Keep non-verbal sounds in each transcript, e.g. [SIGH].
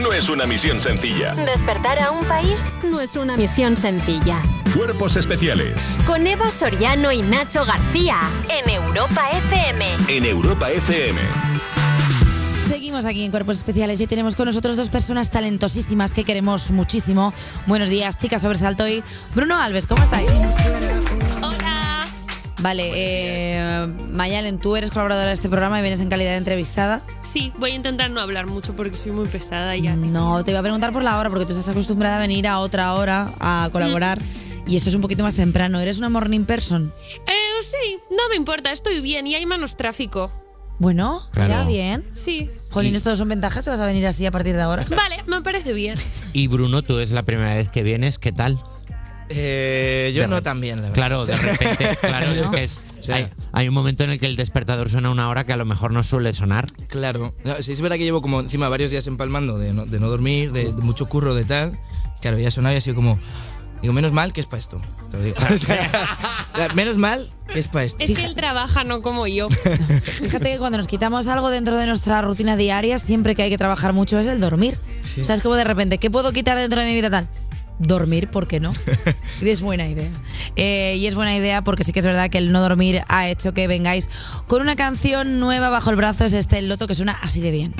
no es una misión sencilla. Despertar a un país no es una misión sencilla. Cuerpos especiales. Con Eva Soriano y Nacho García en Europa FM. En Europa FM. Seguimos aquí en Cuerpos Especiales y tenemos con nosotros dos personas talentosísimas que queremos muchísimo. Buenos días, chicas Sobresalto y Bruno Alves, ¿cómo estáis? Hola. Vale, eh, Mayalen, tú eres colaboradora de este programa y vienes en calidad de entrevistada. Sí, voy a intentar no hablar mucho porque soy muy pesada y ya. No, te iba a preguntar por la hora porque tú estás acostumbrada a venir a otra hora a colaborar Mm. y esto es un poquito más temprano. ¿Eres una morning person? Eh, sí, no me importa, estoy bien y hay menos tráfico. Bueno, mira, Claro. bien. Sí. Jolín, estos son ventajas, te vas a venir así a partir de ahora. Vale, me parece bien. Y Bruno, tú es la primera vez que vienes, ¿qué tal? Eh, yo De no re- tan bien, la verdad. Claro, de [LAUGHS] repente, claro, es que es- Sí. hay, hay un momento en el que el despertador suena una hora que a lo mejor no suele sonar. Claro. No, sí, es verdad que llevo como encima varios días empalmando de no, de no dormir, de, de mucho curro, de tal. Claro, ya sonaba y ha sido como. Digo, menos mal que es para esto. Te lo digo. [LAUGHS] O sea, menos mal que es para esto. Es que él trabaja, no como [LAUGHS] yo. Fíjate que cuando nos quitamos algo dentro de nuestra rutina diaria, siempre que hay que trabajar mucho es el dormir. Sí. O sea, es como de repente, ¿qué puedo quitar dentro de mi vida tal? Dormir, ¿por qué no? Y es buena idea. Eh, y es buena idea porque sí que es verdad que el no dormir ha hecho que vengáis con una canción nueva bajo el brazo, es este El Loto, que suena así de bien.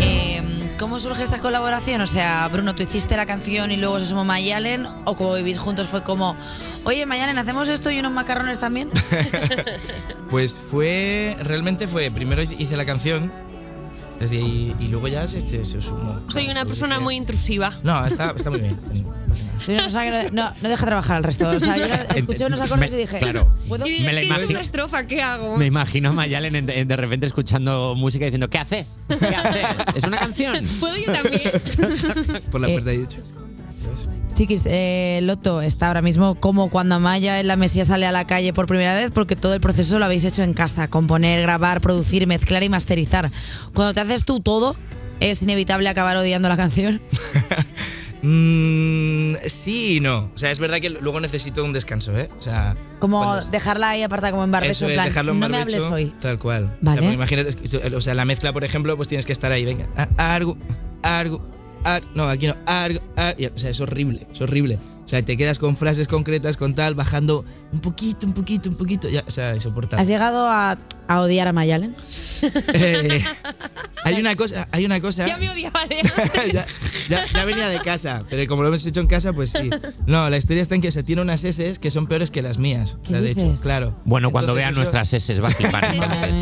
Eh, ¿Cómo surge esta colaboración? O sea, Bruno, tú hiciste la canción y luego se sumó Mayalen, o como vivís juntos fue como, oye, Mayalen, ¿hacemos esto y unos macarrones también? Pues fue. Realmente fue. Primero hice la canción. es decir, y, y luego ya se, se, se sumó. Soy Se una persona hizo- muy intrusiva. No, está, está muy bien. No pasa nada. Yo no, o sea, que no, no- no deja trabajar al resto. O sea, yo la- escuché unos acordes y Me- dije, claro. ¿puedo? Y Me la es que es imagino. una estrofa, ¿qué hago? Me imagino a Mayalen en- en- de repente escuchando música y diciendo, ¿qué haces? ¿Qué haces? ¿Es una canción? ¿Puedo yo [LAUGHS] también? Por la Eh, puerta he dicho. ¿sabes? Chiquis, eh, Loto está ahora mismo como cuando Amaya en la Mesía sale a la calle por primera vez, porque todo el proceso lo habéis hecho en casa: componer, grabar, producir, mezclar y masterizar. Cuando te haces tú todo, es inevitable acabar odiando la canción. Mm, sí y no. O sea, es verdad que luego necesito un descanso, ¿eh? O sea. Como cuando- dejarla ahí apartada, como en barbecho, Eso en es, plan, dejarlo en no me barbecho, hables hoy. Tal cual. O sea, Vale. porque imagínate, o sea, la mezcla, por ejemplo, pues tienes que estar ahí, venga, a- argo, argo, ar- no, aquí no, argo, ar- y, o sea, es horrible, es horrible. O sea, te quedas con frases concretas, con tal, bajando un poquito, un poquito, un poquito, ya, o sea, ¿Has insoportable. llegado a, a odiar a Mayalen? [LAUGHS] Eh, hay una cosa, hay una cosa. Ya me odiaba ¿eh? de [LAUGHS] ya, ya- ya venía de casa, pero como lo hemos hecho en casa, pues sí. No, la historia está en que se tiene unas S que son peores que las mías. O sea, ¿Qué de hecho, dices? claro. Bueno, cuando Entonces vean eso- nuestras S va a [LAUGHS] flipar entonces.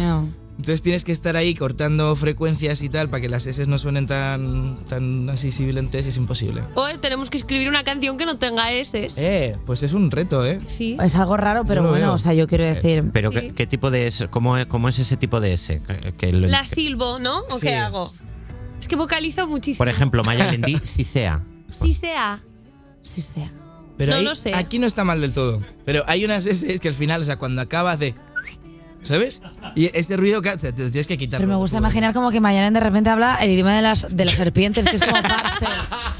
Entonces tienes que estar ahí cortando frecuencias y tal para que las S no suenen tan, tan así sibilantes, es imposible. O tenemos que escribir una canción que no tenga S. Eh, pues es un reto, ¿eh? Sí. Es algo raro, pero Yo lo bueno, veo. o sea, yo quiero decir. Pero Sí. ¿qué, qué tipo de S? ¿Cómo es, cómo es ese tipo de S? Que- que lo- La silbo, ¿no? ¿O Sí. qué hago? Es que vocalizo muchísimo. por ejemplo, Mayalen [LAUGHS] di si sea. Sí sea. Sí, sea. Pero No ahí- lo sé. aquí no está mal del todo. Pero hay unas S que al final, o sea, cuando acabas de... ¿Sabes? Y ese ruido que hace, te tienes que quitarlo. Pero me gusta imaginar como que Mayalen de repente habla el idioma de las, de las serpientes, que es como parcel.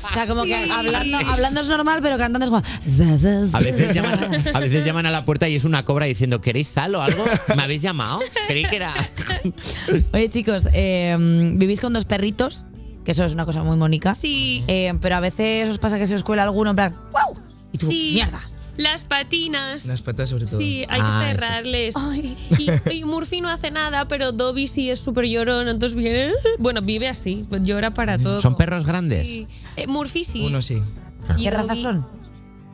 O sea, como que hablando, hablando es normal, pero cantando es como. za, za, za. A veces, llaman, a veces llaman a la puerta y es una cobra diciendo, ¿queréis sal o algo? ¿Me habéis llamado? Creí que [LAUGHS] era... Oye, chicos, eh, vivís con dos perritos, que eso es una cosa muy mónica. Sí. Eh, pero a veces os pasa que se os cuela alguno, en plan. ¡Wow! Y tú, Sí. ¡mierda! Las patinas. Las patas sobre todo. Sí, hay Ah, que eso. cerrarles. Y, y Murphy no hace nada, pero Dobby sí es súper llorón. Entonces viene. Bueno, vive así, pues llora para todo. ¿Son perros grandes? Sí. Eh, Murphy sí. Uno sí. Y ¿Qué razas Dobby, son?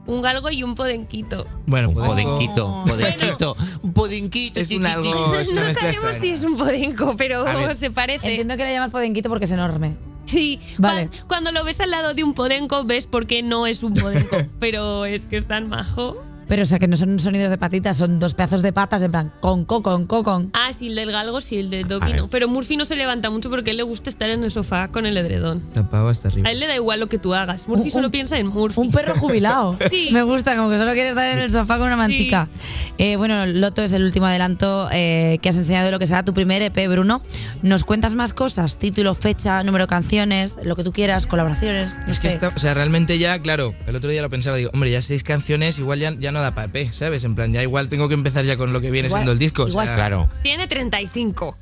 Un galgo y un podenquito. Bueno, Un podemos- podenquito, podenquito, un podenquito. Es un chiquitín. algo... Es una no mezcla sabemos si extraña. es un podenco, pero A ver. se parece. Entiendo que le llamas podenquito porque es enorme. Sí, Vale. cuan- cuando, lo ves al lado de un podenco, ves por qué no es un podenco. pero es que es tan majo. Pero o sea, que no son sonidos de patitas, son dos pedazos de patas, en plan, con, con, con, con, con. Ah, sí, el del galgo, sí, el de Dobby ver. no. Pero Murphy no se levanta mucho porque a él le gusta estar en el sofá con el edredón. Tapado hasta A arriba. él le da igual lo que tú hagas. Murphy Un- solo un- piensa en Murphy. Un perro jubilado. Sí. Me gusta, como que solo quiere estar en el sofá con una mantica. Eh, bueno, Loto es el último adelanto eh, que has enseñado de lo que será tu primer EP, Bruno. ¿Nos cuentas más cosas? Título, fecha, número de canciones, lo que tú quieras, colaboraciones. no Es que sé. está, o sea, realmente ya, claro, el otro día lo pensaba, digo, hombre, ya seis canciones, igual ya, ya no da para EP, ¿sabes? En plan, ya igual tengo que empezar ya con lo que viene Igual- siendo el disco. o igual sea, Claro. Tiene 35.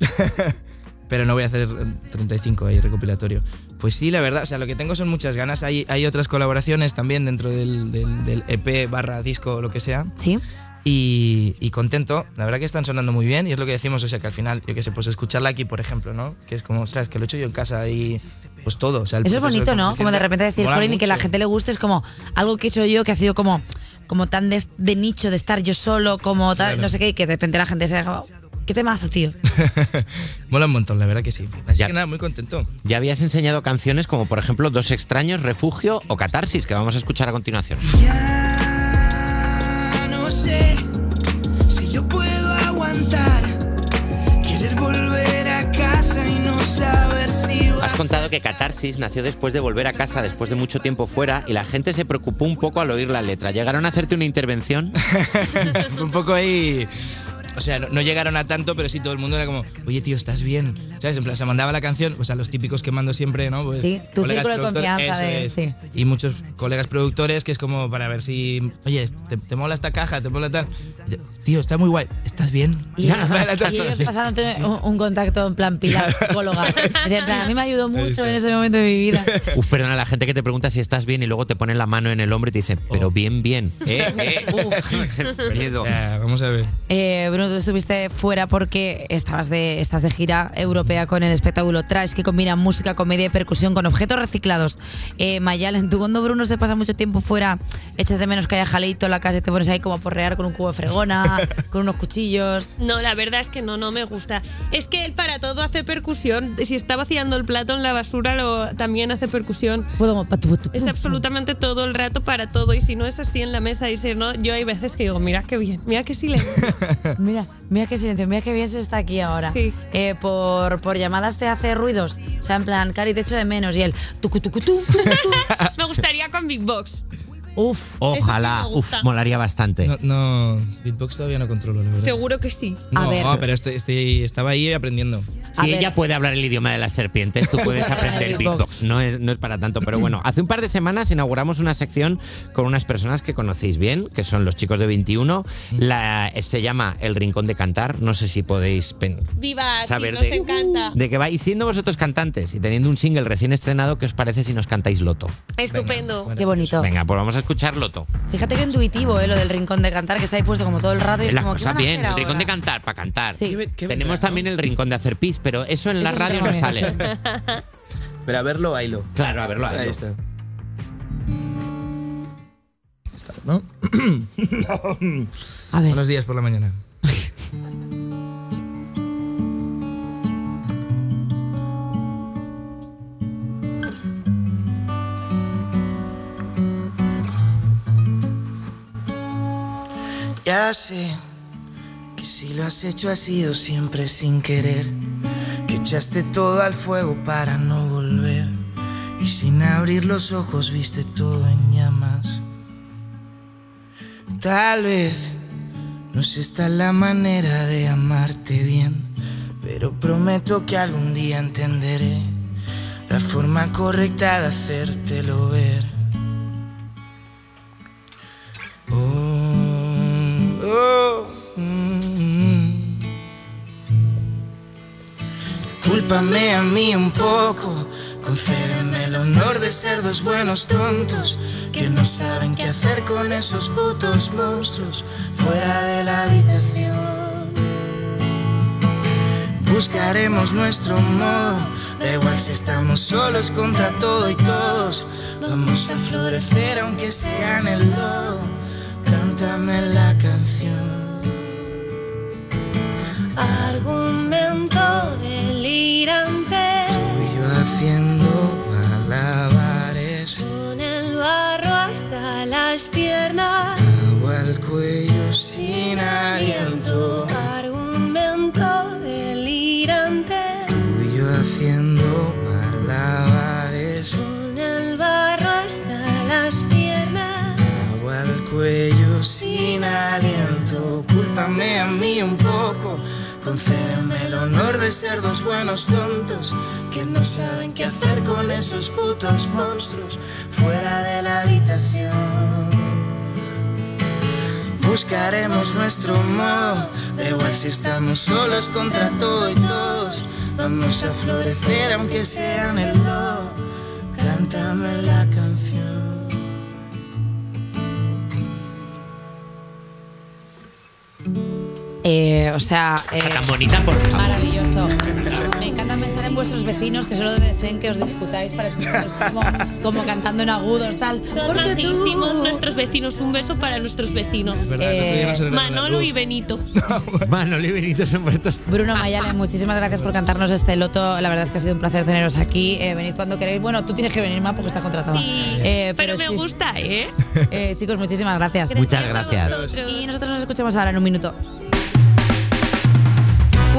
pero no voy a hacer 35 ahí recopilatorio. Pues sí, la verdad, o sea, lo que tengo son muchas ganas. Hay, hay otras colaboraciones también dentro del, del- del EP barra disco o lo que sea. Sí. Y, y contento, la verdad que están sonando muy bien y es lo que decimos, o sea, que al final, yo qué sé, pues escucharla aquí, por ejemplo, ¿no? Que es como, ostras, que lo he hecho yo en casa y pues todo. o sea, el Eso es proceso bonito, cómo ¿no? se Como de sienta, repente decir, mola jolín, y que la mucho. gente le guste, es como algo que he hecho yo que ha sido como, como tan de, de nicho, de estar yo solo, como tal, Claro. no sé qué, y que de repente la gente se haga, "Oh, ¿qué temazo, tío? [LAUGHS] Mola un montón, la verdad que sí. Así Ya. que nada, muy contento. Ya habías enseñado canciones como, por ejemplo, Dos extraños, Refugio o Catarsis, que vamos a escuchar a continuación. Ya no sé si yo puedo aguantar. Querer volver a casa y no saber si vas Has contado que a estar. Catarsis nació después de volver a casa después de mucho tiempo fuera y la gente se preocupó un poco al oír la letra. ¿Llegaron a hacerte una intervención? Fue [LAUGHS] un poco ahí. O sea, no, no llegaron a tanto, pero sí todo el mundo era como, oye tío, ¿estás bien? ¿Sabes? En plan, se mandaba la canción, o sea, los típicos que mando siempre, ¿no? Pues, Sí, tu colegas círculo de productores, confianza de- eso es. sí. Y muchos colegas productores que es como para ver si, oye, ¿te, te mola esta caja? ¿Te mola tal? Tío, está muy guay. ¿Estás bien? [LAUGHS] Y, y ellos pasándote un, un contacto en plan pilar, psicóloga. En plan, a mí me ayudó mucho en ese momento de mi vida. [LAUGHS] Uf, perdona, la gente que te pregunta si estás bien y luego te ponen la mano en el hombro y te dicen, pero bien, [LAUGHS] bien. Eh, eh. [LAUGHS] O Miedo. sea, vamos a ver. Eh, Bruno, tú estuviste fuera porque estabas de, estás de gira europea con el espectáculo Trash, que combina música, comedia y percusión con objetos reciclados. Eh, Mayalen, tú cuando Bruno se pasa mucho tiempo fuera, echas de menos que haya jaleito en la casa y te pones ahí como a porrear con un cubo de fregona, con unos cuchillos. No, la verdad es que no, no me gusta. Es que él para todo hace percusión. Si está vaciando el plato en la basura, lo, también hace percusión. Puedo- pa- tu- tu- Es absolutamente todo el rato para todo. Y si no es así en la mesa y si no, yo hay veces que digo, mira qué bien, mira [LAUGHS] qué silencio. Mira, mira qué silencio, mira qué bien se está aquí ahora. Sí. Eh, por, por llamadas te hace ruidos. O sea, en plan, Cari, te echo de menos. Y él, tucu, tucu, [LAUGHS] tu, tu, tu. me gustaría con Big Box. Uf. Ojalá, Eso sí me uf, gusta. molaría bastante. No, no, beatbox todavía no controlo, la verdad. Seguro que sí. No, A ver. pero estoy, estoy- estaba ahí aprendiendo. A Si ver. ella puede hablar el idioma de las [LAUGHS] serpientes, tú puedes hablar el aprender beatbox. beatbox. No es, no es para tanto, pero bueno. Hace un par de semanas inauguramos una sección con unas personas que conocéis bien, que son los chicos de 21. La, eh, se llama El Rincón de Cantar. No sé si podéis pen- Viva, sí, saber nos de, encanta. de qué va. Y siendo vosotros cantantes y teniendo un single recién estrenado, ¿qué os parece si nos cantáis Loto? Estupendo. Qué bonito. Venga, pues vamos a escuchar Loto. Fíjate qué intuitivo, ¿eh? Lo del rincón de cantar, que está ahí puesto como todo el rato. Y es Las Pues como, ¿qué cosas van a bien, hacer el rincón ahora? de cantar, para cantar. Sí. ¿Qué ve- qué Tenemos vendrá, también el rincón de hacer pis, pero eso en la Eso radio está no bien. sale. Pero a verlo, bailo. Claro, a verlo. a verlo. Está, ¿no? A ver, Buenos días por la mañana. Ya sé que si lo has hecho ha sido siempre sin querer, que echaste todo al fuego para no volver y sin abrir los ojos viste todo en llamas. Tal vez no es esta la manera de amarte bien, pero prometo que algún día entenderé la forma correcta de hacértelo ver. Oh, oh, mm, mm. Cúlpame a mí un poco, concédeme el honor de ser dos buenos tontos que no saben qué hacer con esos putos monstruos fuera de la habitación. Buscaremos nuestro modo, da igual si estamos solos contra todo y todos. Vamos a florecer aunque sea en el lodo. Cántame la canción. Argumento delirante Tú y yo haciendo malabares, con el barro hasta las piernas. agua al cuello. fuego, cúlpame a mí un poco. Concédeme el honor de ser dos buenos tontos que no saben qué hacer con esos putos monstruos fuera de la habitación. Buscaremos nuestro modo, da igual si estamos solos contra todo y todos. Vamos a florecer aunque sea en el lodo. Cántame la canción. Eh, o sea, eh, Tan bonita, por favor. maravilloso. Me encanta pensar en vuestros vecinos que solo deseen que os discutáis para escucharos como, como cantando en agudos, tal. Son Porque majísimos tú... nuestros vecinos. Un beso para nuestros vecinos. ¿Verdad? El otro día nos entraron la Eh, Manolo luz. y Benito. [LAUGHS] Manolo y Benito son vuestros. Bruno Mayale, muchísimas gracias por cantarnos este loto. La verdad es que ha sido un placer teneros aquí. Eh, venid cuando queréis. Bueno, tú tienes que venir más porque estás contratada. Sí, Eh, pero, me sí. gusta, ¿eh? Eh, chicos, muchísimas gracias. Muchas A gracias. vosotros. Y nosotros nos escuchamos ahora en un minuto.